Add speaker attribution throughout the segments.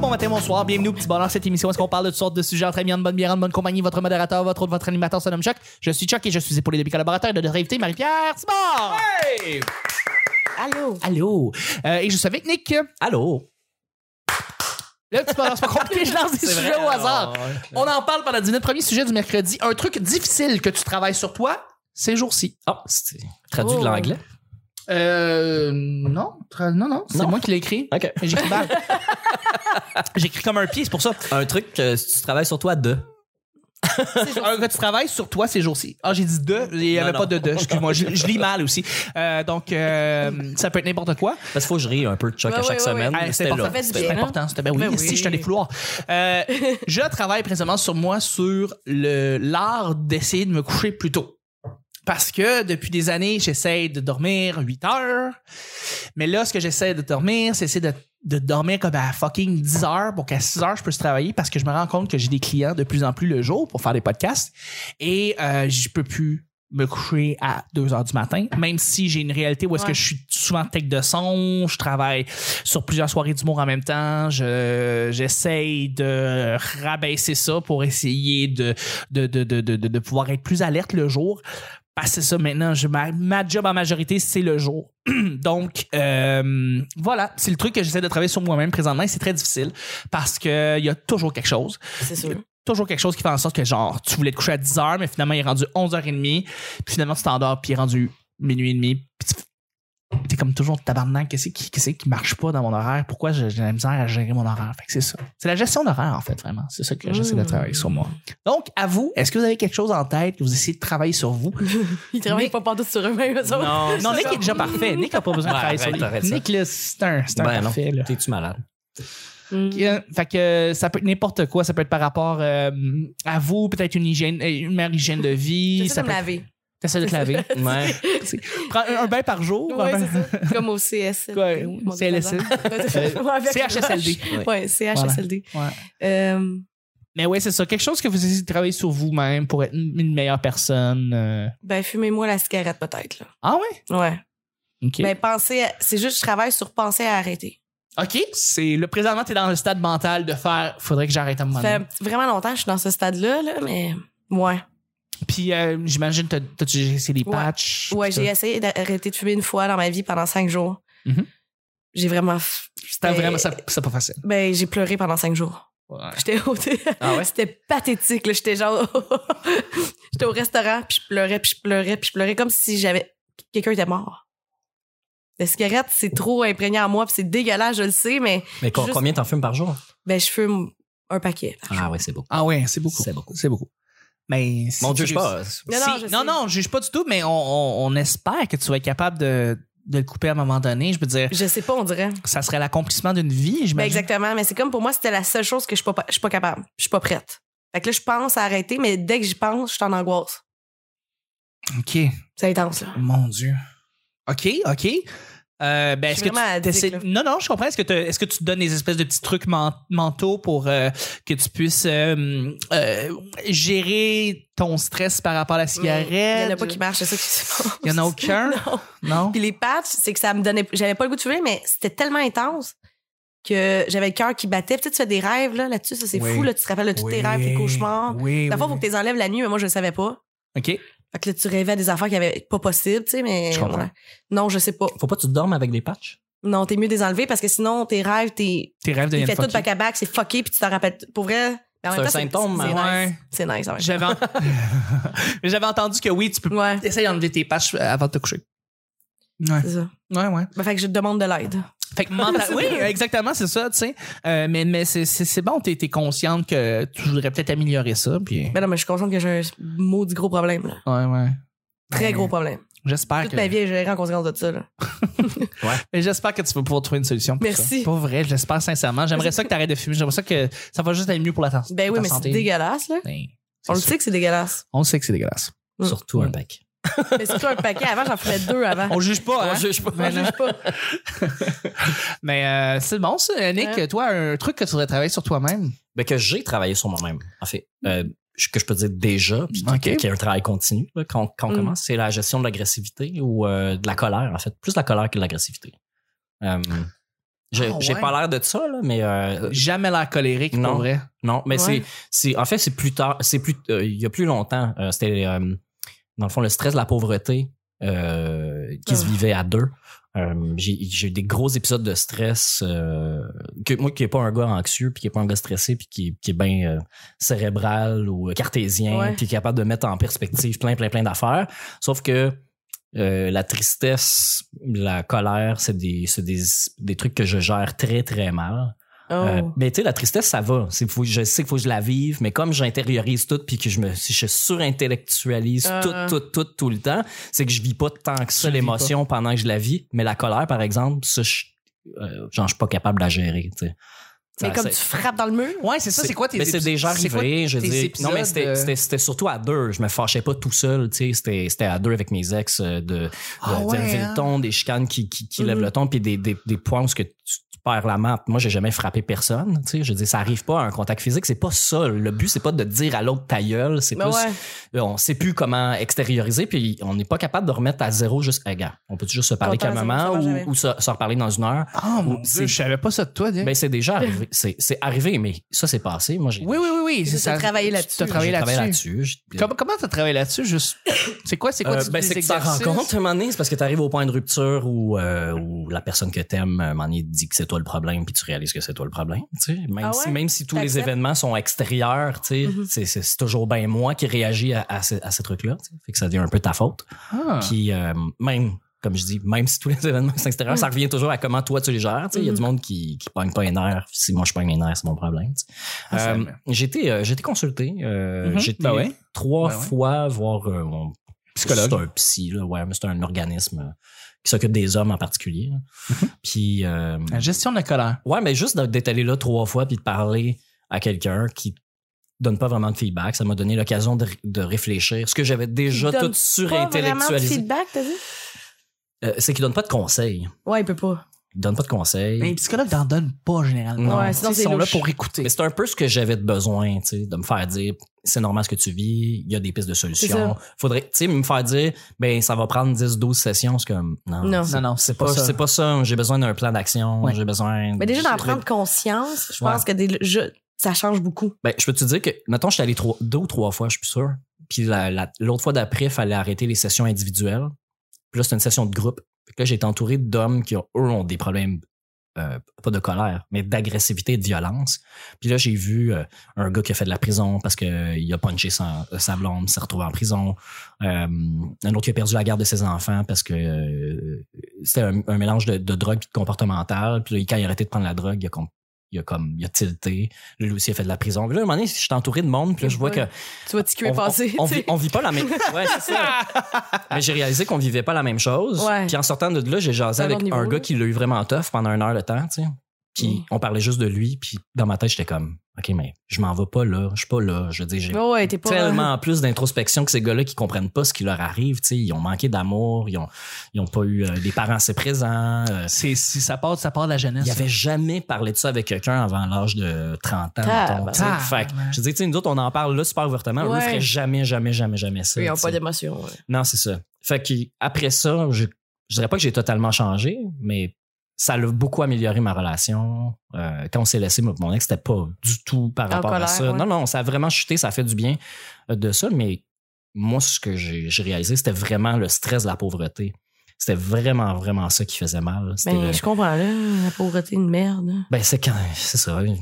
Speaker 1: bon matin, bonsoir, bienvenue au Petit Bonheur, cette émission où est-ce qu'on parle de toutes sortes de sujets entre amis, en bonne bière, en bonne compagnie, votre modérateur, votre autre, votre animateur, son nom Chuck. Je suis Chuck et je suis épaulé de mes collaborateurs et de notre invité, Marie-Pierre Simard.
Speaker 2: Allô?
Speaker 1: Allô! Euh, et je suis avec Nick.
Speaker 3: Allô?
Speaker 1: Le Petit Bonheur, c'est pas compliqué, je lance des
Speaker 3: C'est vrai,
Speaker 1: sujets au hasard.
Speaker 3: alors, ouais.
Speaker 1: On en parle pendant 10 minutes. Premier sujet du mercredi, un truc difficile que tu travailles sur toi ces jours-ci.
Speaker 3: Ah, c'est traduit
Speaker 2: Oh.
Speaker 3: de l'anglais.
Speaker 1: Euh, non, tra- non, non, c'est
Speaker 3: Non.
Speaker 1: moi qui l'ai écrit.
Speaker 3: OK.
Speaker 1: Mais J'écris mal. J'écris comme un pied, c'est pour ça.
Speaker 3: Un truc que si tu travailles sur toi de.
Speaker 1: Un que tu travailles sur toi ces jours-ci. Ah, j'ai dit deux, il n'y
Speaker 3: Non,
Speaker 1: avait
Speaker 3: non.
Speaker 1: pas de deux, excuse-moi, je, je lis mal aussi. Euh, donc, euh, ça peut être n'importe quoi.
Speaker 3: Parce qu'il faut que je rie un peu de choc
Speaker 2: Ouais,
Speaker 3: à chaque
Speaker 2: ouais,
Speaker 3: semaine.
Speaker 1: Ah, c'est
Speaker 3: C'était
Speaker 1: important.
Speaker 3: là.
Speaker 2: fait du
Speaker 1: C'était
Speaker 2: bien, hein?
Speaker 1: important. C'était, ben oui,
Speaker 2: Ben oui.
Speaker 1: si je t'allais vouloir. Euh, je travaille présentement sur moi sur le, l'art d'essayer de me coucher plus tôt. Parce que depuis des années, j'essaie de dormir 8 heures. Mais là, ce que j'essaie de dormir, c'est essayer de, de dormir comme à fucking 10 heures pour qu'à 6 heures, je puisse travailler parce que je me rends compte que j'ai des clients de plus en plus le jour pour faire des podcasts. Et euh, je peux plus me coucher à 2 heures du matin, même si j'ai une réalité où est-ce que
Speaker 2: Ouais.
Speaker 1: je suis souvent tech de son, je travaille sur plusieurs soirées d'humour en même temps, je, j'essaye de rabaisser ça pour essayer de, de, de, de, de, de- de pouvoir être plus alerte le jour. Parce que c'est ça maintenant, je, ma, ma job en majorité, c'est le jour. Donc, euh, voilà, c'est le truc que j'essaie de travailler sur moi-même présentement et c'est très difficile parce qu'il y a toujours quelque chose
Speaker 2: C'est sûr.
Speaker 1: toujours quelque chose qui fait en sorte que genre tu voulais te coucher à 10 h mais finalement il est rendu 11h30 puis finalement tu t'endors puis il est rendu minuit et demi puis tu- t'es comme toujours tabarnak qu'est-ce qui qu'est-ce qui marche pas dans mon horaire pourquoi j'ai j'ai la misère à gérer mon horaire fait que c'est ça c'est la gestion d'horaire en fait vraiment c'est ça que j'essaie de
Speaker 2: Mmh.
Speaker 1: travailler sur moi
Speaker 3: Mm.
Speaker 1: donc à vous est-ce que vous avez quelque chose en tête que vous essayez de travailler sur vous
Speaker 2: Ils travaillent pas partout sur eux-mêmes, eux autres.
Speaker 3: Non,
Speaker 1: non Nick est déjà parfait Nick a pas besoin de
Speaker 3: Ouais,
Speaker 1: travailler
Speaker 3: arrête,
Speaker 1: sur
Speaker 3: arrête
Speaker 1: lui
Speaker 3: ça.
Speaker 1: Nick là, c'est un c'est un
Speaker 3: Ben non.
Speaker 1: parfait là.
Speaker 3: T'es-tu malade?
Speaker 2: Mm.
Speaker 1: Euh, Fait que euh, ça peut être n'importe quoi, ça peut être par rapport euh, à vous, peut-être une hygiène, euh, une meilleure hygiène de vie.
Speaker 2: J'essaie
Speaker 1: Ça
Speaker 2: de me
Speaker 1: peut être-
Speaker 2: laver.
Speaker 1: T'essaies de te laver.
Speaker 3: Ouais.
Speaker 1: Prends un, un bain par jour.
Speaker 2: Oui,
Speaker 1: un bain-
Speaker 2: c'est ça. Comme au CSL.
Speaker 1: Ouais,
Speaker 2: Mon Dieu,
Speaker 1: CLSL.
Speaker 2: pardon. Ouais, avec
Speaker 1: CHSLD.
Speaker 2: le rush. Ouais, CHSLD.
Speaker 1: Ouais.
Speaker 2: Euh,
Speaker 1: Mais ouais, c'est ça. Quelque chose que vous essayez de travailler sur vous-même pour être une une meilleure personne. euh.
Speaker 2: Ben, fumez-moi la cigarette, peut-être, là.
Speaker 1: Ah ouais?
Speaker 2: Ouais.
Speaker 1: OK.
Speaker 2: Ben, pensez à- C'est juste, je travaille sur penser à arrêter.
Speaker 1: OK. C'est, le présentement, t'es dans le stade mental de faire, faudrait que j'arrête un moment.
Speaker 2: Ça fait un
Speaker 1: donné.
Speaker 2: petit- vraiment longtemps que je suis dans ce stade-là, là, mais. Ouais.
Speaker 1: Puis, euh, j'imagine, t'as, t'as-tu essayé des
Speaker 2: Ouais.
Speaker 1: patchs?
Speaker 2: Ouais,
Speaker 1: tout
Speaker 2: j'ai
Speaker 1: ça?
Speaker 2: essayé d'arrêter de fumer une fois dans ma vie pendant cinq jours.
Speaker 1: Mhm.
Speaker 2: J'ai vraiment. f-
Speaker 1: C'était vraiment, ça- c'est pas facile.
Speaker 2: Ben, j'ai pleuré pendant cinq jours.
Speaker 1: Ouais.
Speaker 2: J'étais au...
Speaker 3: Ah ouais?
Speaker 2: C'était pathétique, là. J'étais genre. J'étais au restaurant, puis je pleurais, puis je pleurais, puis je pleurais comme si j'avais. Quelqu'un était mort. La cigarette, c'est trop imprégné en moi, puis c'est dégueulasse, je le sais, mais
Speaker 3: Mais co-
Speaker 2: Juste-
Speaker 3: combien t'en fumes par jour?
Speaker 2: ben, je fume un paquet.
Speaker 3: Ah ouais, c'est beaucoup.
Speaker 1: Ah ouais, c'est beaucoup.
Speaker 3: C'est beaucoup.
Speaker 1: C'est beaucoup. Mais si
Speaker 3: Mon
Speaker 1: tu
Speaker 3: Dieu, je sais
Speaker 1: réussis-
Speaker 3: pas.
Speaker 2: Non,
Speaker 1: Si-
Speaker 2: non, je sais.
Speaker 1: non, non, je juge pas du tout, mais on, on- on espère que tu vas être capable de, de le couper à un moment donné. Je veux dire,
Speaker 2: Je sais pas, on dirait.
Speaker 1: ça serait l'accomplissement d'une vie,
Speaker 2: Ben,
Speaker 1: j'imagine.
Speaker 2: exactement, mais c'est comme pour moi, c'était la seule chose que je suis pas, je suis pas capable. Je suis pas prête. Fait que là, je pense à arrêter, mais dès que j'y pense, je suis en angoisse.
Speaker 1: OK.
Speaker 2: C'est intense, là.
Speaker 1: Mon Dieu. OK, OK. Euh, ben,
Speaker 2: Je
Speaker 1: est-ce que
Speaker 2: suis
Speaker 1: tu
Speaker 2: vraiment addict,
Speaker 1: t'essaies-
Speaker 2: là.
Speaker 1: Non, non, je comprends. Est-ce que, te- est-ce que tu te donnes des espèces de petits trucs men- mentaux pour euh, que tu puisses euh, euh, gérer ton stress par rapport à la cigarette?
Speaker 2: Il Mm, y en a pas qui marchent, c'est ça qui se passe.
Speaker 1: Il y en a aucun?
Speaker 2: Non.
Speaker 1: Non?
Speaker 2: Puis les patchs, c'est que ça me donnait. J'avais pas le goût de fumer, mais c'était tellement intense que j'avais le cœur qui battait. Peut-être tu fais des rêves là, là-dessus, ça c'est
Speaker 1: Oui.
Speaker 2: fou. Là, tu te rappelles de tous tes rêves, tes cauchemars.
Speaker 1: Oui,
Speaker 2: Parfois,
Speaker 1: oui,
Speaker 2: faut que tu les enlèves la nuit, mais moi, je le savais pas.
Speaker 1: oui. OK.
Speaker 2: Fait que là, tu rêvais à des affaires qui avaient pas possible, tu sais, mais.
Speaker 1: Je comprends.
Speaker 2: Non, je sais pas.
Speaker 3: Faut pas que tu dormes avec des patchs?
Speaker 2: Non, t'es mieux de les enlever parce que sinon, tes rêves, t'es.
Speaker 1: Tes rêves
Speaker 2: Tu
Speaker 1: deviennent
Speaker 2: fais tout
Speaker 1: fuckés.
Speaker 2: back à back, c'est fucké, puis tu t'en rappelles. Pour vrai. mais en
Speaker 3: C'est
Speaker 2: même
Speaker 3: un
Speaker 2: temps,
Speaker 3: symptôme,
Speaker 2: C'est
Speaker 1: ouais.
Speaker 2: nice. C'est nice, en même temps.
Speaker 1: J'avais en- Mais j'avais entendu que oui, tu peux
Speaker 2: Ouais,
Speaker 1: Essaye d'enlever tes patchs euh, avant de te coucher. Ouais.
Speaker 2: c'est ça.
Speaker 1: Ouais, ouais.
Speaker 2: Ben, fait que je te demande de l'aide.
Speaker 1: Fait que mental- oui, exactement, c'est ça, tu sais. Euh, mais mais c'est- c'est c'est bon, t'es t'es consciente que tu voudrais peut-être améliorer ça. Puis...
Speaker 2: Mais Ben non, mais je suis consciente que j'ai un maudit gros problème, là.
Speaker 1: Ouais, ouais.
Speaker 2: Très
Speaker 1: Ouais.
Speaker 2: gros problème.
Speaker 1: J'espère
Speaker 2: Toute
Speaker 1: Ben, que,
Speaker 2: ma vie, j'ai en conséquence de ça. Là.
Speaker 1: mais j'espère que tu vas pouvoir trouver une solution pour ça.
Speaker 2: Merci.
Speaker 1: Pas vrai, j'espère sincèrement. J'aimerais ça que t'arrêtes de fumer. J'aimerais ça que ça va juste aller mieux pour la santé.
Speaker 2: Ben oui,
Speaker 1: ta
Speaker 2: mais c'est
Speaker 1: santé.
Speaker 2: dégueulasse, là.
Speaker 1: Ben, c'est
Speaker 2: On le
Speaker 1: sûr.
Speaker 2: sait que c'est dégueulasse.
Speaker 1: On sait que c'est dégueulasse.
Speaker 2: Mm.
Speaker 3: Surtout
Speaker 1: Mm.
Speaker 3: un pack.
Speaker 2: mais surtout un paquet. Avant, j'en fumais deux avant.
Speaker 1: On juge pas, hein?
Speaker 3: juge pas.
Speaker 1: Mais non. Mais euh, c'est bon, ça. Nick,
Speaker 2: Ouais.
Speaker 1: toi, un truc que tu voudrais travailler sur toi-même.
Speaker 3: Ben, que j'ai travaillé sur moi-même, en fait. Euh, je- que je peux dire déjà, puis
Speaker 1: Ok.
Speaker 3: qui est un travail continu là, quand, quand on
Speaker 2: Mm.
Speaker 3: commence, c'est la gestion de l'agressivité ou euh, de la colère, en fait. Plus de la colère que de l'agressivité. Euh, J'ai
Speaker 1: Ah
Speaker 3: j'ai
Speaker 1: ouais?
Speaker 3: pas l'air de ça, là, mais euh,
Speaker 1: Jamais la colérique,
Speaker 3: Non.
Speaker 1: pour vrai.
Speaker 3: non, mais
Speaker 2: Ouais.
Speaker 3: c'est, c'est, en fait, c'est plus tard, c'est plus, euh, il y a plus longtemps, euh, c'était, euh, dans le fond, le stress de la pauvreté euh, qui se
Speaker 2: Ah.
Speaker 3: vivait à deux. Euh, j'ai j'ai eu des gros épisodes de stress. euh, que, moi, qui est pas un gars anxieux, puis qui est pas un gars stressé, puis qui, qui est bien euh, cérébral ou euh, cartésien,
Speaker 2: Ouais.
Speaker 3: puis qui est capable de mettre en perspective plein, plein, plein d'affaires. Sauf que euh, la tristesse, la colère, c'est des, c'est des, des trucs que je gère très, très mal.
Speaker 2: Oh.
Speaker 3: Euh, mais tu sais, la tristesse, ça va. C'est, faut, je sais qu'il faut que je la vive, mais comme j'intériorise tout puis que je me si je surintellectualise
Speaker 2: Ah,
Speaker 3: tout,
Speaker 2: ah.
Speaker 3: tout, tout, tout le temps, c'est que je vis pas tant que ça
Speaker 1: Tu le vis
Speaker 3: l'émotion pendant que je la vis. Mais la colère, par exemple, ça, je, euh, genre, je suis pas capable de la gérer. tu sais.
Speaker 2: mais
Speaker 3: Ça,
Speaker 2: comme
Speaker 3: c'est-
Speaker 2: tu frappes dans le mur.
Speaker 1: Ouais, c'est ça. C'est quoi tes
Speaker 3: mais c'est
Speaker 1: épis-
Speaker 3: déjà
Speaker 1: c'est quoi
Speaker 3: arrivé, je veux
Speaker 1: tes
Speaker 3: dire.
Speaker 1: épisodes,
Speaker 3: non, mais c'était,
Speaker 1: euh,
Speaker 3: c'était- c'était surtout à deux. Je me fâchais pas tout seul, tu sais. C'était, c'était à deux avec mes ex euh, de, de,
Speaker 1: Ah
Speaker 3: de
Speaker 1: ouais,
Speaker 3: lever
Speaker 1: hein? Mm-hmm.
Speaker 3: le ton, des chicanes qui, qui, qui
Speaker 2: Mhm.
Speaker 3: lèvent le ton, puis des, des, des points où ce que tu, tu perds la map. Moi, j'ai jamais frappé personne, tu sais. Je veux dire, ça arrive pas à un contact physique. C'est pas ça. Le but, c'est pas de dire à l'autre ta gueule. C'est
Speaker 1: Ben
Speaker 2: Mais
Speaker 3: plus,
Speaker 2: ouais.
Speaker 3: euh, on sait plus comment extérioriser, puis on n'est pas capable de remettre à zéro juste, hey, gars, on peut juste se parler
Speaker 2: Content,
Speaker 3: calmement
Speaker 2: ça va
Speaker 3: ou,
Speaker 2: jamais.
Speaker 3: ou se, se reparler dans une heure.
Speaker 1: Ah, mon
Speaker 3: Ou
Speaker 1: Dieu,
Speaker 3: c'est-
Speaker 1: je savais pas ça de toi, Dieu.
Speaker 3: Ben, c'est déjà arrivé. C'est, c'est arrivé, mais ça, c'est passé. Moi, j'ai,
Speaker 1: oui, oui, oui, oui.
Speaker 2: T'as travaillé là-dessus.
Speaker 1: T'as travaillé
Speaker 3: j'ai travaillé
Speaker 1: là-dessus.
Speaker 3: là-dessus. J'ai-
Speaker 1: Comment comment t'as travaillé là-dessus? Juste, c'est quoi, c'est quoi
Speaker 3: Euh,
Speaker 1: tu-
Speaker 3: ben,
Speaker 1: tes
Speaker 3: c'est que tu t'en rends
Speaker 1: exercices?
Speaker 3: compte à un moment donné, c'est parce que tu arrives au point de rupture où, euh, où la personne que t'aimes, à un moment donné, te dit que c'est toi le problème, puis tu réalises que c'est toi le problème. tu sais. Même,
Speaker 2: Ah ouais?
Speaker 3: si, même si tous les
Speaker 2: T'acceptes?
Speaker 3: événements sont extérieurs, tu sais,
Speaker 1: Mm-hmm.
Speaker 3: c'est- c'est c'est toujours bien moi qui réagis à, à ces, à ces trucs-là. tu sais. Fait que ça devient un peu ta faute.
Speaker 1: Ah.
Speaker 3: Puis euh, même, comme je dis, même si tous les événements sont extérieurs,
Speaker 1: Mm.
Speaker 3: ça revient toujours à comment toi tu les gères. tu sais. Il y a
Speaker 1: Mm-hmm.
Speaker 3: du monde qui, qui pogne pas les nerfs. Si moi je pogne les nerfs, c'est mon problème. tu sais.
Speaker 1: Ah, ça
Speaker 3: Euh,
Speaker 1: me-
Speaker 3: j'ai été, euh, j'ai été consulté. euh,
Speaker 1: Mhm.
Speaker 3: J'ai été
Speaker 1: Ben ouais.
Speaker 3: trois
Speaker 1: Ben ouais.
Speaker 3: fois voir euh, mon
Speaker 1: Psychologue.
Speaker 3: c'est un psy, là, ouais, mais c'est un organisme euh, qui s'occupe des hommes en particulier. là.
Speaker 1: Mm-hmm.
Speaker 3: Puis, euh,
Speaker 1: La gestion de la colère.
Speaker 3: ouais, mais juste d'être- d'être allé là trois fois puis de parler à quelqu'un qui donne pas vraiment de feedback, ça m'a donné l'occasion de, de réfléchir. Ce que j'avais déjà
Speaker 2: donne Pas
Speaker 3: tout
Speaker 2: vraiment de
Speaker 3: surintellectualisé,
Speaker 2: feedback, t'as dit?
Speaker 3: Euh, c'est qu'il donne pas de conseils.
Speaker 2: Ouais, il peut pas.
Speaker 3: Il donne pas de conseils.
Speaker 1: Mais les psychologues n'en donnent pas généralement.
Speaker 3: Non.
Speaker 2: Ouais, sinon
Speaker 1: Ils
Speaker 2: c'est
Speaker 1: sont là
Speaker 2: louche.
Speaker 1: pour écouter.
Speaker 3: Mais c'est un peu ce que j'avais de besoin, tu sais, de me faire dire c'est normal ce que tu vis, il y a des pistes de solutions. Faudrait, tu sais, me faire dire ben ça va prendre 10 12 sessions, c'est comme non.
Speaker 2: Non.
Speaker 1: Non, non, c'est
Speaker 3: Pas-
Speaker 1: pas ça.
Speaker 3: C'est pas ça, j'ai besoin d'un plan d'action,
Speaker 1: Ouais.
Speaker 3: j'ai besoin
Speaker 2: Mais déjà, d'en
Speaker 3: je-
Speaker 2: prendre conscience, je
Speaker 3: Ouais.
Speaker 2: pense que des, je- ça change beaucoup.
Speaker 3: Ben, je peux te dire que mettons je suis allé trois, deux ou trois fois, je suis plus sûr. Puis la- la- l'autre fois d'après, fallait arrêter les sessions individuelles. Puis là, c'est une session de groupe. Fait que là, j'ai été entouré d'hommes qui ont, eux, ont des problèmes, euh, pas de colère, mais d'agressivité et de violence. Puis là, j'ai vu euh, un gars qui a fait de la prison parce que euh, il a punché sa, sa blonde, s'est retrouvé en prison. Euh, un autre qui a perdu la garde de ses enfants parce que euh, c'était un, un mélange de, de drogue et de comportemental. Puis là, quand il a arrêté de prendre la drogue, il a, com- il a comme il a tilté. Là, lui aussi a fait de la prison. Puis là, à un moment donné, je suis entouré de monde, puis là, je vois que
Speaker 2: Tu vois, TQ est
Speaker 3: on- on-
Speaker 2: passé.
Speaker 3: On,
Speaker 2: tu sais.
Speaker 3: vit, on vit pas la même. Ouais, c'est ça. Mais j'ai réalisé qu'on vivait pas la même chose.
Speaker 2: Ouais.
Speaker 3: Puis en sortant de là, j'ai jasé
Speaker 2: Un
Speaker 3: avec
Speaker 2: autre niveau,
Speaker 3: un
Speaker 2: là.
Speaker 3: gars qui l'a eu vraiment tough pendant une heure de temps, tu sais. Puis
Speaker 2: Mm.
Speaker 3: on parlait juste de lui, puis dans ma tête, j'étais comme, OK, mais je m'en vais pas là, je suis pas là. Je veux dire, j'ai
Speaker 2: Ouais, ouais, t'es pas.
Speaker 3: tellement plus d'introspection que ces gars-là qui comprennent pas ce qui leur arrive, tu sais. Ils ont manqué d'amour, ils ont, ils ont pas eu euh, des parents assez présents. euh,
Speaker 1: C'est- si ça part, ça part de la jeunesse.
Speaker 3: il avait jamais parlé de ça avec quelqu'un avant l'âge de 30 ans.
Speaker 2: Tabarnak.
Speaker 3: mettons, tu sais. Fait que, je dis, tu sais, nous autres, on en parle là super ouvertement. Eux,
Speaker 2: Ah, Ouais.
Speaker 3: ils feraient jamais, jamais, jamais, jamais ça.
Speaker 2: Oui, ils n'ont
Speaker 3: tu
Speaker 2: pas
Speaker 3: sais.
Speaker 2: d'émotion. ouais.
Speaker 3: Non, c'est ça. Fait que après ça, je, je dirais pas que j'ai totalement changé, mais ça l'a beaucoup amélioré ma relation. Euh, quand on s'est laissé, moi, mon ex, c'était pas du tout par rapport à
Speaker 2: colère,
Speaker 3: ça.
Speaker 2: ouais.
Speaker 3: Non, non, ça a vraiment chuté, ça a fait du bien euh, de ça, mais moi, ce que j'ai j'ai réalisé, c'était vraiment le stress de la pauvreté. C'était vraiment, vraiment ça qui faisait mal. C'était le-
Speaker 2: Mais je comprends, là. La pauvreté, une merde.
Speaker 3: ben, c'est quand. C'est ça. On,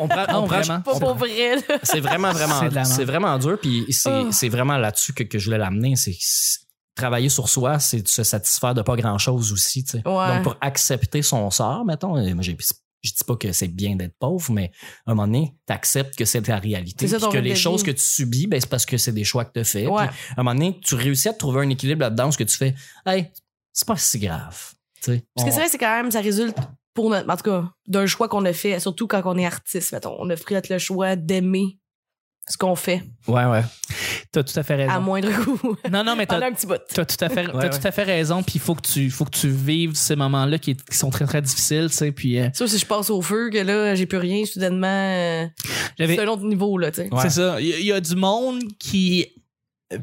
Speaker 3: on prend.
Speaker 1: Non,
Speaker 3: on prend-
Speaker 1: vraiment.
Speaker 2: Pas pour
Speaker 3: on prend-
Speaker 2: vrai, là.
Speaker 3: C'est vraiment, vraiment.
Speaker 1: C'est de la merde.
Speaker 3: C'est vraiment dur. Puis c'est
Speaker 2: Oh.
Speaker 3: c'est vraiment là-dessus que, que je voulais l'amener. C'est que c'est- travailler sur soi, c'est de se satisfaire de pas grand-chose aussi. tu sais.
Speaker 2: Ouais.
Speaker 3: Donc, pour accepter son sort, mettons, euh, moi, j'ai- je dis pas que c'est bien d'être pauvre, mais à un moment donné, t'acceptes que c'est ta réalité.
Speaker 2: C'est ça,
Speaker 3: puis
Speaker 2: ton
Speaker 3: que
Speaker 2: rythme
Speaker 3: les
Speaker 2: de
Speaker 3: choses
Speaker 2: vie.
Speaker 3: que tu subis, ben, c'est parce que c'est des choix que tu fais.
Speaker 2: Ouais.
Speaker 3: Puis, à un moment donné, tu réussis à trouver un équilibre là-dedans, ce que tu fais, hey, c'est pas si grave. tu sais.
Speaker 2: Parce que
Speaker 3: On-
Speaker 2: c'est vrai, c'est quand même, ça résulte pour notre, en tout cas, d'un choix qu'on a fait, surtout quand on est artiste, mettons. On a pris le choix d'aimer ce qu'on fait
Speaker 3: Ouais, ouais.
Speaker 1: T'as tout à fait
Speaker 2: à
Speaker 1: raison.
Speaker 2: moindre coût.
Speaker 1: Non, non, mais t'as
Speaker 2: Pendant un petit bout.
Speaker 1: T'as tout à fait, t'as
Speaker 3: ouais.
Speaker 1: tout à fait raison. Puis il faut que tu, faut que tu vives ces moments-là qui, qui sont très très difficiles, tu sais. Puis euh,
Speaker 2: Ça, si je passe au feu, que là, j'ai plus rien, soudainement, euh,
Speaker 1: j'avais,
Speaker 2: c'est un autre niveau, là, tu sais.
Speaker 3: Ouais.
Speaker 1: c'est ça. Il y, a- il y a du monde qui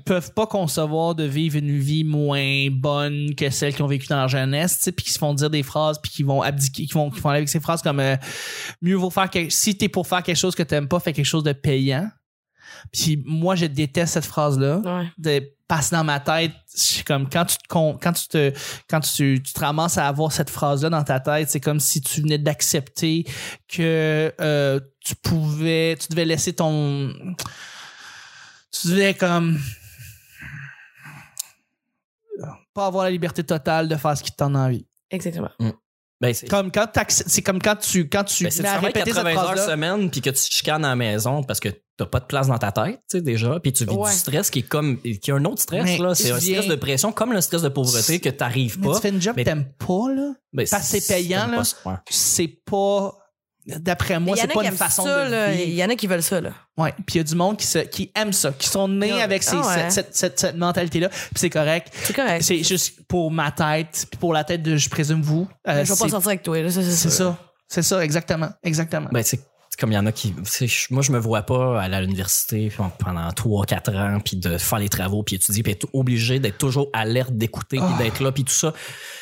Speaker 1: peuvent pas concevoir de vivre une vie moins bonne que celle qu'ils ont vécue dans leur jeunesse, tu sais, puis qui se font dire des phrases, puis qui vont abdiquer, qui vont, qui font aller avec ces phrases comme euh, mieux vaut faire quelque, si t'es pour faire quelque chose que t'aimes pas, fais quelque chose de payant. Puis moi, je déteste cette phrase-là
Speaker 2: Ouais.
Speaker 1: de passer dans ma tête. C'est comme quand tu te con- quand tu te quand tu, tu te ramasses à avoir cette phrase là dans ta tête, c'est comme si tu venais d'accepter que euh, tu pouvais tu devais laisser ton tu devais comme pas avoir la liberté totale de faire ce qui t'en a envie.
Speaker 2: Exactement.
Speaker 3: Ben, c'est
Speaker 1: Comme quand t'accep- c'est comme quand tu quand tu
Speaker 3: ben, c'est de
Speaker 1: mets à
Speaker 3: travailler
Speaker 1: répéter
Speaker 3: 80 heures
Speaker 1: phrase-là.
Speaker 3: semaine puis que tu te chicanes à la maison parce que t'as pas de place dans ta tête, tu sais, déjà, puis tu vis
Speaker 2: Ouais.
Speaker 3: du stress qui est comme qui est un autre stress
Speaker 1: Mais
Speaker 3: là, c'est
Speaker 1: tu
Speaker 3: un
Speaker 1: viens-
Speaker 3: stress de pression comme le stress de pauvreté que t'arrives
Speaker 1: Mais
Speaker 3: pas.
Speaker 1: tu fais une job que
Speaker 3: mais-
Speaker 1: t'aimes pas là,
Speaker 3: Ben,
Speaker 1: parce que c'est payant,
Speaker 3: pas
Speaker 1: là.
Speaker 3: ça, ouais.
Speaker 1: c'est pas d'après moi,
Speaker 2: Il y en
Speaker 1: c'est
Speaker 2: a
Speaker 1: pas
Speaker 2: qui
Speaker 1: une
Speaker 2: aiment
Speaker 1: façon
Speaker 2: ça,
Speaker 1: de
Speaker 2: là.
Speaker 1: vivre.
Speaker 2: Il y en a qui veulent ça, là.
Speaker 1: Ouais, puis il y a du monde qui, se, qui aime ça, qui sont nés
Speaker 2: Ah,
Speaker 1: avec ces-
Speaker 2: ah ouais.
Speaker 1: cette, cette, cette- cette mentalité-là, puis c'est correct.
Speaker 2: C'est correct.
Speaker 1: C'est juste pour ma tête, puis pour la tête de, je présume, vous. euh,
Speaker 2: je vais
Speaker 1: c'est-
Speaker 2: pas sortir avec toi, là.
Speaker 1: c'est ça. C'est ça, exactement. Exactement.
Speaker 3: Ben, c'est c'est comme il y en a qui. c'est- je- Moi, je me vois pas aller à l'université pendant 3-4 ans, puis de faire les travaux, puis étudier, puis être obligé d'être toujours alerte, d'écouter,
Speaker 1: Ah.
Speaker 3: puis d'être là, puis tout ça.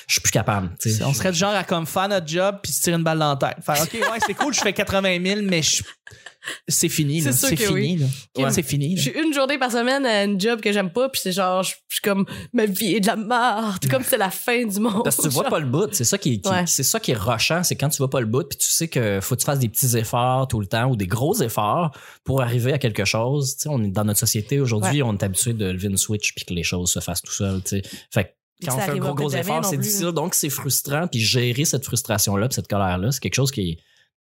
Speaker 3: Je suis plus capable. tu sais.
Speaker 1: on serait du genre à comme faire notre job puis se tirer une balle dans la tête. Faire, OK, ouais, c'est cool, je fais 80 000, mais je- c'est fini. là.
Speaker 2: C'est sûr
Speaker 1: C'est
Speaker 2: que
Speaker 1: fini.
Speaker 2: oui.
Speaker 1: là.
Speaker 2: Kim,
Speaker 1: Ouais, C'est fini. là.
Speaker 2: J'ai une journée par semaine à une job que j'aime pas, puis c'est genre, je je suis comme, ma vie est de la merde, comme c'est la fin du monde.
Speaker 3: Parce que tu vois pas le bout. C'est ça qui, qui-
Speaker 2: Ouais.
Speaker 3: c'est ça qui est rushant, c'est quand tu vois pas le bout, puis tu sais que faut que tu fasses des petits efforts tout le temps ou des gros efforts pour arriver à quelque chose. Tu sais, on est dans notre société aujourd'hui, on est habitué de lever une switch puis que les choses se fassent tout seul. tu sais. Fait que
Speaker 2: Puis
Speaker 3: quand
Speaker 2: ça
Speaker 3: on fait un
Speaker 2: arrivera
Speaker 3: gros gros
Speaker 2: peut-être jamais
Speaker 3: effort,
Speaker 2: non
Speaker 3: c'est
Speaker 2: plus.
Speaker 3: difficile, donc c'est frustrant puis gérer cette frustration là, puis cette colère là, c'est quelque chose qui est,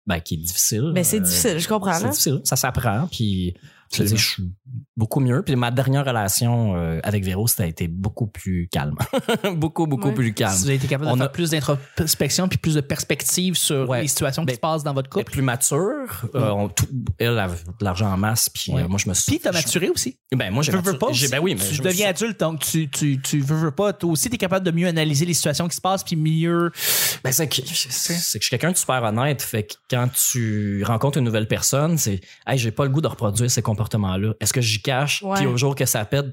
Speaker 3: ben, qui est difficile.
Speaker 2: Mais c'est
Speaker 3: Euh,
Speaker 2: difficile, hein. je comprends,
Speaker 3: c'est
Speaker 2: là.
Speaker 3: difficile, ça s'apprend, puis je, veux
Speaker 1: Absolument.
Speaker 3: dire, je suis beaucoup mieux. Puis ma dernière relation euh, avec Véro, ça a été beaucoup plus calme. beaucoup, beaucoup
Speaker 2: Ouais.
Speaker 3: plus calme.
Speaker 1: Si vous avez été capable de
Speaker 3: On
Speaker 1: faire
Speaker 3: a-
Speaker 1: plus d'introspection puis plus de perspective sur
Speaker 3: Ouais.
Speaker 1: les situations qui
Speaker 3: Ben,
Speaker 1: se passent dans votre
Speaker 3: Elle est
Speaker 1: couple. Mm.
Speaker 3: plus mature. Euh, on- tout- elle a de l'argent en masse, puis
Speaker 1: Ouais.
Speaker 3: euh, moi, je me suis.
Speaker 1: Puis t'as maturé aussi.
Speaker 3: je- Ben, moi, j'ai
Speaker 1: Tu veux, veux
Speaker 3: maturé.
Speaker 1: pas.
Speaker 3: J'ai- Ben oui, mais
Speaker 1: tu
Speaker 3: je me
Speaker 1: deviens
Speaker 3: suis-
Speaker 1: adulte, donc tu, tu, tu veux, veux pas. Toi aussi, t'es capable de mieux analyser les situations qui se passent, puis mieux.
Speaker 3: Ben, c'est que, c'est que je suis quelqu'un de super honnête. Fait que quand tu rencontres une nouvelle personne, c'est Hey, j'ai pas le goût de reproduire ces comportements-là. Est-ce que j'y cache?
Speaker 2: Ouais.
Speaker 3: Puis au jour que ça pète,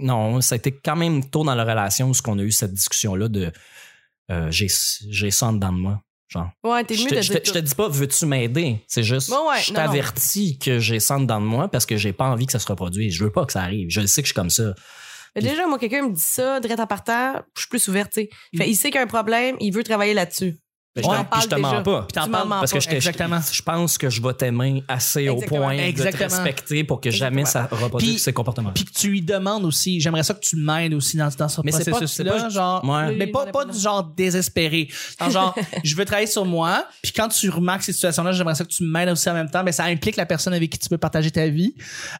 Speaker 3: non, ça a été quand même tôt dans la relation où on a eu cette discussion-là de euh, j'ai j'ai ça en dedans de moi. Genre.
Speaker 2: Ouais, t'es
Speaker 3: Je
Speaker 2: mieux
Speaker 3: te,
Speaker 2: de
Speaker 3: je
Speaker 2: dire
Speaker 3: te- je te
Speaker 2: tout.
Speaker 3: dis pas, veux-tu m'aider? C'est juste,
Speaker 2: Ouais, ouais,
Speaker 3: je
Speaker 2: non, non.
Speaker 3: t'avertis que j'ai ça dans de moi parce que j'ai pas envie que ça se reproduise. Je veux pas que ça arrive. Je le sais que je suis comme ça.
Speaker 2: Mais Déjà, moi, quelqu'un me dit ça, direct en partant, je suis plus ouverte, tu sais.
Speaker 3: Mm.
Speaker 2: Fait, il sait qu'il y a un problème, il veut travailler là-dessus.
Speaker 3: Mais
Speaker 1: On
Speaker 3: je
Speaker 1: en
Speaker 3: t'en- puis
Speaker 2: parle
Speaker 3: je te
Speaker 2: déjà.
Speaker 3: mens pas.
Speaker 1: Puis t'en parles
Speaker 2: Tu m'en mens
Speaker 3: Parce que
Speaker 2: pas.
Speaker 3: je, t'ai-
Speaker 1: Exactement.
Speaker 3: je pense que je vais t'aimer assez
Speaker 2: Exactement.
Speaker 3: au point
Speaker 1: Exactement.
Speaker 3: de te respecter pour que jamais ça reproduise
Speaker 1: Puis-
Speaker 3: ces comportements.
Speaker 1: Puis que tu lui demandes aussi. J'aimerais ça que tu m'aides aussi dans, dans ce
Speaker 3: Mais c'est pas- c'est
Speaker 1: processus-là.
Speaker 3: pas-
Speaker 1: genre,
Speaker 3: Ouais.
Speaker 1: Mais pas, pas du genre désespéré. Dans genre, je veux travailler sur moi. Puis quand tu remarques ces situations-là, j'aimerais ça que tu m'aides aussi en même temps. Mais ça implique la personne avec qui tu veux partager ta vie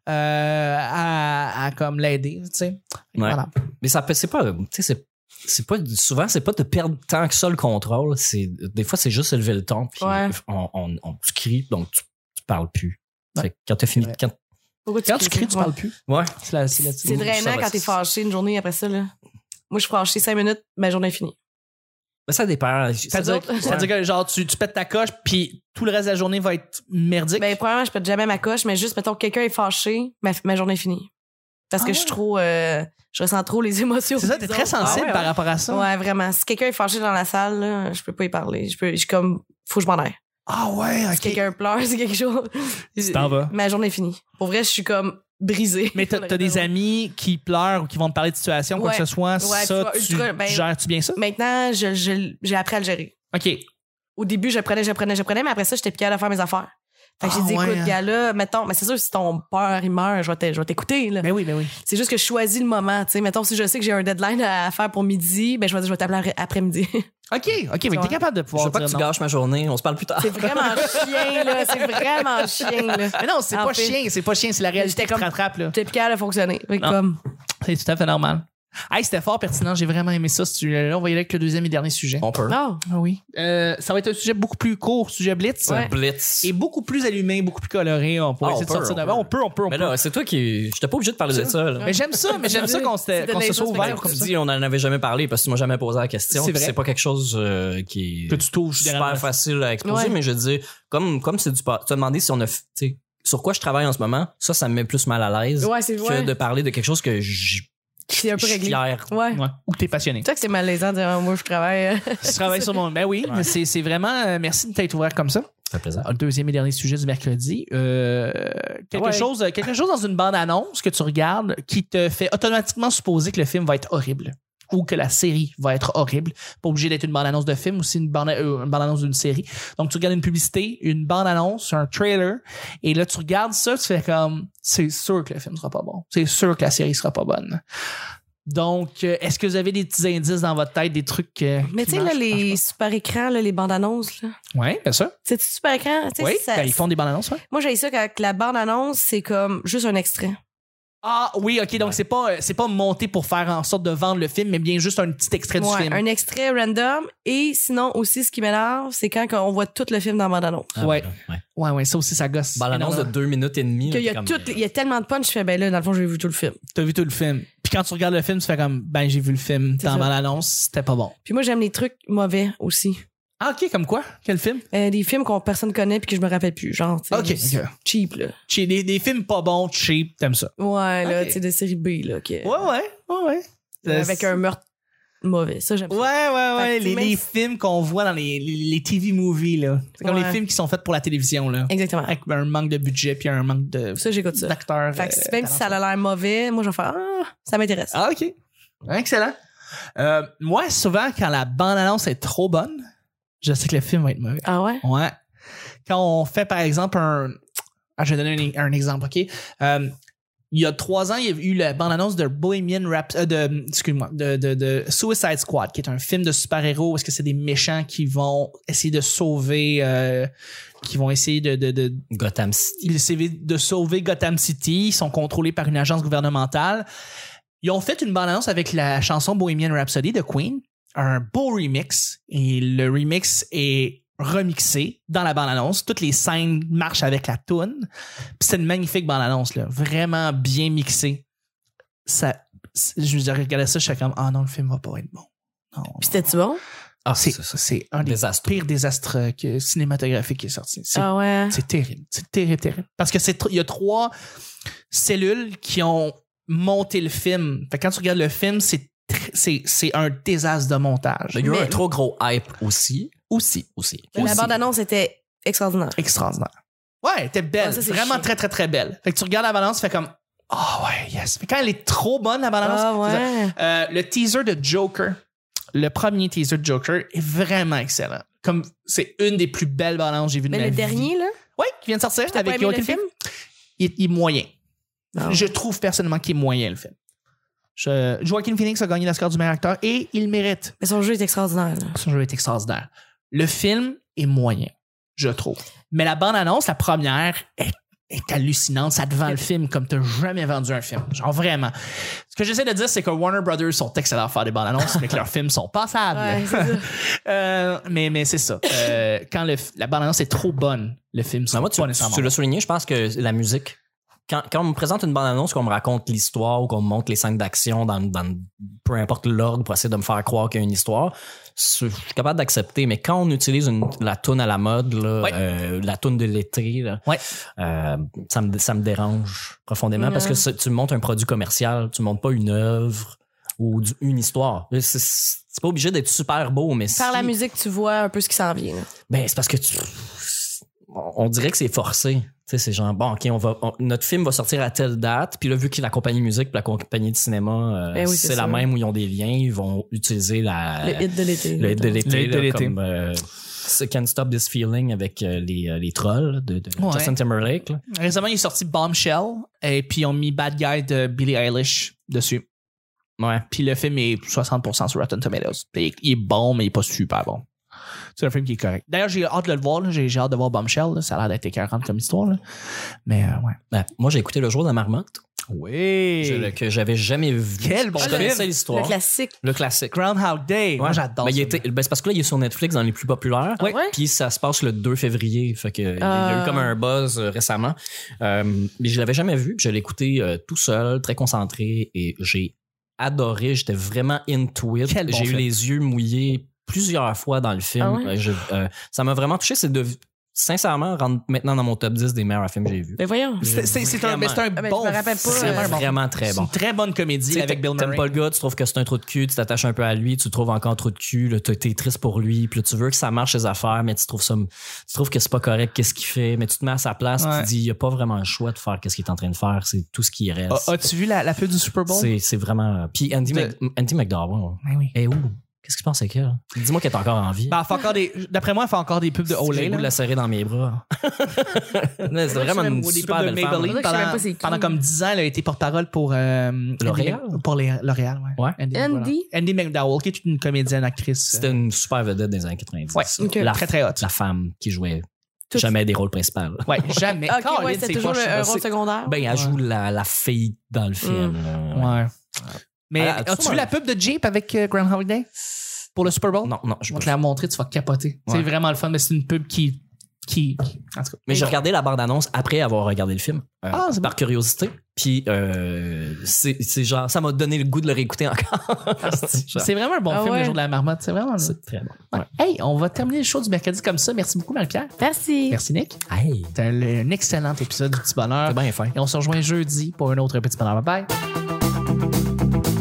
Speaker 1: euh, à, à comme l'aider. Tu sais. Voilà.
Speaker 3: Mais ça peut- c'est pas, tu sais, c'est, c'est pas, souvent, c'est pas de perdre tant que ça le contrôle. C'est, des fois, c'est juste élever le ton. Puis
Speaker 2: Ouais.
Speaker 3: on, on, on- tu cries, donc tu, tu parles plus.
Speaker 1: Ouais.
Speaker 3: Fait que quand t'as fini,
Speaker 1: Ouais.
Speaker 3: quand,
Speaker 2: Pourquoi
Speaker 1: Quand tu cries, tu parles plus.
Speaker 3: ouais.
Speaker 1: C'est la- c'est là-dessus.
Speaker 2: C'est
Speaker 3: Ça
Speaker 2: drainant
Speaker 3: va,
Speaker 2: quand t'es
Speaker 3: c'est-
Speaker 2: fâché une journée après ça, là. Moi, je suis fâché cinq minutes, ma journée est finie.
Speaker 3: Ben, ça dépend.
Speaker 1: C'est-à-dire
Speaker 2: autres.
Speaker 1: c'est-à-dire que genre tu, tu pètes ta coche puis tout le reste de la journée va être merdique.
Speaker 2: Ben, premièrement, je pète jamais ma coche, mais juste, mettons, quelqu'un est fâché, ma, ma journée est finie. Parce
Speaker 1: Ah
Speaker 2: que je suis
Speaker 1: ouais.
Speaker 2: trop. euh, je ressens trop les émotions.
Speaker 1: c'est ça,
Speaker 2: des
Speaker 1: t'es très
Speaker 2: autres.
Speaker 1: sensible
Speaker 3: Ah ouais,
Speaker 1: par
Speaker 3: ouais.
Speaker 1: rapport à ça.
Speaker 2: Ouais, vraiment. Si quelqu'un est fâché dans la salle, là, je peux pas y parler. Je peux, je suis comme, faut que je m'en aille.
Speaker 1: Ah ouais,
Speaker 2: Si
Speaker 1: ok.
Speaker 2: quelqu'un pleure, c'est quelque chose.
Speaker 1: t'en vas.
Speaker 2: Ma journée est finie. Pour vrai, je suis comme brisée.
Speaker 1: Mais t'as, t'as des amis qui pleurent ou qui vont te parler de situation, quoi
Speaker 2: Ouais.
Speaker 1: que ce soit,
Speaker 2: Ouais,
Speaker 1: ça,
Speaker 2: puis
Speaker 1: tu,
Speaker 2: tu vois, ultra- ben-
Speaker 1: gères-tu bien ça?
Speaker 2: Maintenant, je- je- j'ai appris à le gérer.
Speaker 1: OK.
Speaker 2: Au début, je prenais, je prenais, je prenais, mais après ça, j'étais plus capable de faire mes affaires. Fait que
Speaker 1: Ah,
Speaker 2: j'ai dit,
Speaker 1: ouais,
Speaker 2: écoute,
Speaker 1: hein.
Speaker 2: gars, là, mettons, mais c'est sûr, si ton père, il meurt, je vais t'é- je vais t'écouter, là.
Speaker 1: Ben oui, ben oui.
Speaker 2: C'est juste que je choisis le moment, tu sais. Mettons, si je sais que j'ai un deadline à faire pour midi, ben, je vais dire, je vais t'appeler après- après-midi.
Speaker 1: OK, OK, mais
Speaker 2: Ouais.
Speaker 1: t'es capable de
Speaker 3: Je
Speaker 1: pouvoir
Speaker 3: veux pas que
Speaker 1: dire
Speaker 3: tu
Speaker 1: non.
Speaker 3: gâches ma journée, on se parle plus tard.
Speaker 2: c'est vraiment chien, là. C'est vraiment chien, là.
Speaker 1: Mais non, c'est
Speaker 2: En
Speaker 1: pas
Speaker 2: fait.
Speaker 1: chien, c'est pas chien, c'est la réalité
Speaker 2: J'étais
Speaker 1: qui te
Speaker 2: comme-
Speaker 1: rattrape, là.
Speaker 2: J'étais plus capable de fonctionner. Fait que
Speaker 1: Non.
Speaker 2: comme,
Speaker 1: C'est tout à fait normal. Hey, c'était fort pertinent, j'ai vraiment aimé ça. Si tu- Là, on va y aller avec le deuxième et dernier sujet.
Speaker 3: On peut.
Speaker 2: non.
Speaker 1: Ah oui. Euh, ça va être un sujet beaucoup plus court, sujet blitz.
Speaker 2: Ouais.
Speaker 3: Blitz.
Speaker 1: Et beaucoup plus allumé, beaucoup plus coloré. On pourrait
Speaker 3: Ah, on
Speaker 1: essayer de
Speaker 3: peut,
Speaker 1: sortir
Speaker 3: on
Speaker 1: d'avant.
Speaker 3: peut.
Speaker 1: On peut, on peut, on
Speaker 3: Mais
Speaker 1: peut.
Speaker 3: là, c'est toi qui. J'étais pas obligé de parler de ça. là.
Speaker 1: Mais j'aime ça, mais j'aime ça qu'on se,
Speaker 2: C'est
Speaker 1: qu'on se soit
Speaker 2: donné
Speaker 1: ouvert
Speaker 2: juste,
Speaker 1: comme
Speaker 3: Comme
Speaker 1: ça.
Speaker 3: dit, on n'en avait jamais parlé parce que tu m'as jamais posé la question.
Speaker 1: C'est
Speaker 3: puis
Speaker 1: vrai.
Speaker 3: C'est pas quelque chose euh, qui est
Speaker 1: Que tu touches
Speaker 3: super
Speaker 1: généralement.
Speaker 3: facile à exposer,
Speaker 2: Ouais.
Speaker 3: mais je veux dire, comme comme c'est du. pa- Tu as demandé si on a. f- tu sais, sur quoi je travaille en ce moment, ça, ça me met plus mal à l'aise
Speaker 2: Ouais, c'est
Speaker 3: que
Speaker 2: ouais,
Speaker 3: de parler de quelque chose que je
Speaker 2: C'est un peu
Speaker 3: je suis
Speaker 2: réglé.
Speaker 3: fier.
Speaker 2: Ouais.
Speaker 1: Ouais. Ou que t'es passionné.
Speaker 2: C'est toi que c'est malaisant de dire Ah, moi je travaille. euh,
Speaker 1: Tu travailles sur mon. Ben oui,
Speaker 3: Ouais.
Speaker 1: c'est c'est vraiment. euh, Merci de t'être ouvert comme ça.
Speaker 3: Ça fait plaisir.
Speaker 1: Le deuxième et dernier sujet du mercredi. euh, quelque,
Speaker 3: Ouais.
Speaker 1: chose, quelque chose dans une bande-annonce que tu regardes qui te fait automatiquement supposer que le film va être horrible ou que la série va être horrible. Pas obligé d'être une bande-annonce de film ou si une bande- euh, une bande-annonce d'une série. Donc, tu regardes une publicité, une bande-annonce, un trailer, et là, tu regardes ça, tu fais comme, c'est sûr que le film sera pas bon. C'est sûr que la série sera pas bonne. Donc, euh, est-ce que vous avez des petits indices dans votre tête, des trucs. euh,
Speaker 2: Mais
Speaker 1: qui
Speaker 2: tu sais, là,
Speaker 1: marchent, qui
Speaker 2: les super écrans, là, les bandes annonces, là.
Speaker 1: marchent pas? Ouais, bien sûr.
Speaker 2: C'est super écran. Tu sais,
Speaker 1: Oui,
Speaker 2: ça-
Speaker 1: ben, ils font des bandes annonces, ouais.
Speaker 2: Moi, j'ai ça quand la bande annonce, c'est comme juste un extrait.
Speaker 1: Ah oui, ok, donc c'est pas euh, c'est pas monté pour faire en sorte de vendre le film, mais bien juste un petit extrait du
Speaker 2: Ouais,
Speaker 1: film.
Speaker 2: un extrait random. Et sinon, aussi, ce qui m'énerve, c'est quand on voit tout le film dans la bande annonce.
Speaker 1: Ouais.
Speaker 3: voilà, Ah, ben ouais.
Speaker 1: Ouais, ouais, ça aussi ça gosse.
Speaker 3: Bah, l'annonce de
Speaker 1: énormément.
Speaker 3: deux minutes et demie. là,
Speaker 2: Qu'il y a
Speaker 3: t'es comme,
Speaker 2: tout- il y a tellement de punch, je fais, ben là, dans le fond, j'ai vu tout le film.
Speaker 1: T'as vu tout le film. Puis quand tu regardes le film, tu fais comme ben j'ai vu le film
Speaker 2: C'est
Speaker 1: dans
Speaker 2: ça.
Speaker 1: bande annonce, c'était pas bon.
Speaker 2: Puis moi, j'aime les trucs mauvais aussi.
Speaker 1: Ah ok, comme quoi Quel film
Speaker 2: Euh, des films qu'on personne connaît puis que je me rappelle plus. Genre, tu sais,
Speaker 1: Ok.
Speaker 2: c'est
Speaker 1: Ok.
Speaker 2: cheap, là.
Speaker 1: Chez des, des films pas bons, cheap, t'aimes ça
Speaker 2: Ouais, là,
Speaker 1: Ok.
Speaker 2: tu sais, de série B, là. que-
Speaker 1: Ouais, ouais, ouais, ouais. Euh,
Speaker 2: avec
Speaker 1: c'est-
Speaker 2: un meurtre mauvais. Ça, j'aime
Speaker 1: Ouais,
Speaker 2: ça.
Speaker 1: ouais,
Speaker 2: Fait
Speaker 1: ouais.
Speaker 2: que
Speaker 1: Les,
Speaker 2: même
Speaker 1: les
Speaker 2: si-
Speaker 1: films qu'on voit dans les, les, les TV movies, là. C'est comme
Speaker 2: Ouais.
Speaker 1: les films qui sont faits pour la télévision, là.
Speaker 2: Exactement.
Speaker 1: Avec un manque de budget puis un manque de
Speaker 2: Ça, j'écoute ça.
Speaker 1: d'acteurs.
Speaker 2: Fait que
Speaker 1: euh,
Speaker 2: même si ça a l'air mauvais, moi, je vais faire, ah, ça m'intéresse.
Speaker 1: Ah, OK. Excellent. Euh, moi, souvent, quand la bande-annonce est trop bonne, je sais que le film va être mauvais.
Speaker 2: Ah ouais?
Speaker 1: Ouais. Quand on fait, par exemple, un... Ah, je vais donner un, un exemple, OK? Euh, il y a trois ans, il y a eu la bande-annonce de Bohemian Rap... euh, de, excuse-moi, de, de- de Suicide Squad, qui est un film de super-héros où est-ce que c'est des méchants qui vont essayer de sauver... euh, qui vont essayer de- de- de,
Speaker 3: Gotham City.
Speaker 1: ils essaient de sauver Gotham City. Ils sont contrôlés par une agence gouvernementale. Ils ont fait une balance avec la chanson Bohemian Rhapsody de Queen, un beau remix. Et le remix est remixé dans la bande-annonce. Toutes les scènes marchent avec la toune. Puis c'est une magnifique bande-annonce, là. Vraiment bien mixée. Ça, c'est- je me regardais ça, je suis comme, ah non, le film va pas être bon. Non,
Speaker 2: Puis
Speaker 1: non.
Speaker 2: c'était-tu bon?
Speaker 3: Ah,
Speaker 1: C'est-
Speaker 3: c'est ça.
Speaker 1: c'est un des
Speaker 3: Désastre.
Speaker 1: pires désastres euh, que- cinématographiques qui est sorti. C'est
Speaker 2: Ah ouais.
Speaker 1: c'est terrible. C'est terrible, terrible. Parce que c'est tr- il y a trois cellules qui ont monté le film. Fait que quand tu regardes le film, c'est tr- c'est c'est un désastre de montage.
Speaker 3: Il y a eu
Speaker 2: Mais-
Speaker 3: un trop gros hype aussi. Aussi. Aussi.
Speaker 2: Mais La
Speaker 3: Aussi.
Speaker 2: bande-annonce était extraordinaire.
Speaker 1: Extraordinaire. Ouais, elle était belle.
Speaker 2: Ah, ça, c'est
Speaker 1: vraiment
Speaker 2: chic.
Speaker 1: très, très, très belle. Fait que tu regardes la balance, tu fais comme Ah ouais, yes. Mais quand elle est trop bonne, la balance,
Speaker 2: Ah ouais.
Speaker 1: Euh, le teaser de Joker, le premier teaser de Joker est vraiment excellent. Comme c'est une des plus belles balances que j'ai vues de
Speaker 2: Mais
Speaker 1: ma
Speaker 2: le
Speaker 1: vie.
Speaker 2: dernier, là,
Speaker 1: Ouais, qui vient de sortir
Speaker 2: t'as pas
Speaker 1: avec
Speaker 2: aimé le
Speaker 1: Joaquin
Speaker 2: film?
Speaker 1: il, il est moyen.
Speaker 2: Ah ouais.
Speaker 1: Je trouve personnellement qu'il est moyen, le film. Je- Joaquin Phoenix a gagné l'Oscar du meilleur acteur et il le mérite.
Speaker 2: Mais son jeu est extraordinaire. là.
Speaker 1: Son jeu est extraordinaire. Le film est moyen, je trouve. Mais la bande-annonce, la première, est, est hallucinante. Ça te vend le film comme t'as jamais vendu un film. Genre vraiment. Ce que j'essaie de dire, c'est que Warner Brothers sont excellents à faire des bandes-annonces, mais que leurs films sont passables.
Speaker 2: Ouais, c'est ça.
Speaker 1: Euh, mais mais c'est ça. Euh, quand le f- la bande-annonce est trop bonne, le film
Speaker 3: Non,
Speaker 1: sera
Speaker 3: moi, tu,
Speaker 1: pas nécessairement
Speaker 3: tu l'as souligné, je pense que la musique. Quand, quand on me présente une bande-annonce, qu'on me raconte l'histoire ou qu'on me montre les scènes d'action dans, dans peu importe l'ordre pour essayer de me faire croire qu'il y a une histoire, c'est- je suis capable d'accepter. Mais quand on utilise une- la toune à la mode, là,
Speaker 1: Ouais.
Speaker 3: euh, la toune de l'été, là,
Speaker 1: Ouais.
Speaker 3: euh, ça, me, ça me dérange profondément parce que ça- tu montes un produit commercial, tu montes pas une œuvre ou du- une histoire. C'est- C'est c'est pas obligé d'être super beau, mais
Speaker 2: Par la
Speaker 3: si-
Speaker 2: musique, tu vois un peu ce qui s'en vient. là.
Speaker 3: ben, c'est parce que tu. On dirait que c'est forcé. Tu sais, c'est genre, bon, OK, on va, on- notre film va sortir à telle date. Puis là, vu que la compagnie musique puis la compagnie de cinéma, euh,
Speaker 2: Ben oui,
Speaker 3: c'est,
Speaker 2: c'est
Speaker 3: la
Speaker 2: ça.
Speaker 3: même où ils ont des liens, ils vont utiliser la,
Speaker 2: Euh, Le hit de l'été.
Speaker 3: le hit de l'été.
Speaker 1: Le hit de
Speaker 3: là,
Speaker 1: l'été.
Speaker 3: Comme, euh, c'est Can't Stop This Feeling avec euh, les, euh, les trolls de, de
Speaker 1: Ouais.
Speaker 3: Justin Timberlake. là.
Speaker 1: Récemment, il est sorti Bombshell et puis ils ont mis Bad Guy de Billie Eilish dessus.
Speaker 3: Ouais.
Speaker 1: Puis le film est 60% sur Rotten Tomatoes. Puis il est bon, mais il est pas super bon. C'est un film qui est correct. D'ailleurs, j'ai hâte de le voir. là. J'ai j'ai hâte de voir Bombshell. là. Ça a l'air d'être écœurant comme histoire. là. Mais euh, ouais.
Speaker 3: Ben, moi, j'ai écouté Le jour de la marmotte,
Speaker 1: Oui.
Speaker 3: je- que j'avais jamais vu.
Speaker 1: Quel bon
Speaker 3: Je
Speaker 1: film.
Speaker 3: connaissais
Speaker 2: Le
Speaker 3: l'histoire.
Speaker 2: classique.
Speaker 3: Le classique.
Speaker 1: Groundhog Day. Moi,
Speaker 3: Ouais.
Speaker 1: j'adore.
Speaker 3: Ben, il
Speaker 1: ça.
Speaker 3: était- ben, c'est parce que là, il est sur Netflix dans les plus populaires.
Speaker 2: Ah ouais?
Speaker 3: Puis ça se passe le 2 février. Fait que il y a
Speaker 2: Ah.
Speaker 3: eu comme un buzz euh, récemment. Euh, mais je l'avais jamais vu. puis Je l'ai écouté euh, tout seul, très concentré, et j'ai adoré. J'étais vraiment into it.
Speaker 1: Quel bon
Speaker 3: j'ai eu
Speaker 1: film.
Speaker 3: les yeux mouillés plusieurs fois dans le film.
Speaker 2: Ah ouais?
Speaker 3: Euh, je- euh, ça m'a vraiment touché. C'est de sincèrement, rentre maintenant dans mon top 10 des meilleurs films que j'ai vus.
Speaker 2: Mais voyons.
Speaker 1: C'est c'est- c'est un,
Speaker 3: Vraiment.
Speaker 1: mais c'est un
Speaker 2: Ah, mais je
Speaker 1: bon.
Speaker 2: me rappelle pas,
Speaker 1: film.
Speaker 2: euh,
Speaker 1: C'est
Speaker 3: C'est
Speaker 1: vraiment un bon
Speaker 3: vraiment très
Speaker 1: C'est
Speaker 3: bon.
Speaker 1: une très bonne comédie
Speaker 3: Tu sais,
Speaker 1: avec Bill
Speaker 3: T'aimes
Speaker 1: Murray.
Speaker 3: pas le gars, tu trouves que c'est un trou de cul, tu t'attaches un peu à lui, tu trouves encore un trou de cul, là, t'es t'es triste pour lui, puis là, tu veux que ça marche ses affaires, mais tu trouves ça, tu trouves que c'est pas correct, qu'est-ce qu'il fait, mais tu te mets à sa place, puis
Speaker 1: Ouais.
Speaker 3: tu dis, il y a pas vraiment le choix de faire qu'est-ce qu'il est en train de faire, c'est tout ce qui reste.
Speaker 1: Ah, As-tu vu la, la pub du Super Bowl?
Speaker 3: c'est, c'est vraiment. Puis Andy,
Speaker 1: De-
Speaker 3: Mc- Andy McDowell,
Speaker 1: Ben oui.
Speaker 3: et où Qu'est-ce que tu penses avec elle Dis-moi qu'elle est encore en vie.
Speaker 1: Ben, elle fait encore des. D'après moi, elle fait encore des pubs de
Speaker 3: J'ai
Speaker 1: Olay.
Speaker 3: le goût
Speaker 1: là.
Speaker 3: de la serrer dans mes bras. Mais c'est vraiment une
Speaker 1: Ou des
Speaker 3: super
Speaker 1: pubs
Speaker 3: belle
Speaker 1: de
Speaker 3: femme.
Speaker 1: Maybelline
Speaker 2: là. Je sais même pas
Speaker 1: pendant,
Speaker 2: c'est qui.
Speaker 1: pendant comme 10 ans, elle a été porte-parole pour euh,
Speaker 3: L'Oréal?
Speaker 1: Andy Mc- pour les- L'Oréal, ouais.
Speaker 3: Ouais.
Speaker 1: Andy,
Speaker 2: Andy?
Speaker 1: voilà. Andy McDowell, qui est une comédienne actrice.
Speaker 3: C'était une super vedette des années 90.
Speaker 1: Ouais.
Speaker 2: Ok.
Speaker 3: La,
Speaker 1: très très haute.
Speaker 3: la femme qui jouait
Speaker 2: Tout-
Speaker 3: jamais des rôles principaux.
Speaker 1: Ouais, jamais. Colin,
Speaker 2: Ah, ok, ouais, c'est toujours
Speaker 1: poche,
Speaker 2: le-
Speaker 1: ça.
Speaker 2: un rôle secondaire.
Speaker 3: Ben, elle joue la, la fille dans le film. là.
Speaker 1: Mm.
Speaker 3: Ouais.
Speaker 1: Ouais. Mais
Speaker 3: Ah, as-tu
Speaker 1: as-tu vu
Speaker 3: un-
Speaker 1: la pub de Jeep avec euh, Graham Holiday pour le Super Bowl?
Speaker 3: Non, non, je
Speaker 1: Je vais te la montrer, tu vas capoter.
Speaker 3: Ouais.
Speaker 1: C'est vraiment le fun, mais c'est une pub qui. qui... qui- En tout cas.
Speaker 3: Mais j'ai regardé la bande-annonce après avoir regardé le film. euh,
Speaker 1: Ah, c'est
Speaker 3: par curiosité. Puis, euh, c'est c'est genre, ça m'a donné le goût de le réécouter encore. C'est genre-
Speaker 1: C'est vraiment un bon
Speaker 2: Ah
Speaker 1: film,
Speaker 2: ouais.
Speaker 1: Le jour de la marmotte. C'est vraiment.
Speaker 3: c'est très bon.
Speaker 1: Ouais. Hey, on va terminer le show du mercredi comme ça. Merci beaucoup, Marie-Pierre.
Speaker 2: Merci.
Speaker 1: Merci, Nick.
Speaker 3: Hey,
Speaker 1: C'était un excellent épisode du Petit Bonheur.
Speaker 3: c'est bien fin.
Speaker 1: Et on se rejoint jeudi pour un autre Petit Bonheur. Bye bye.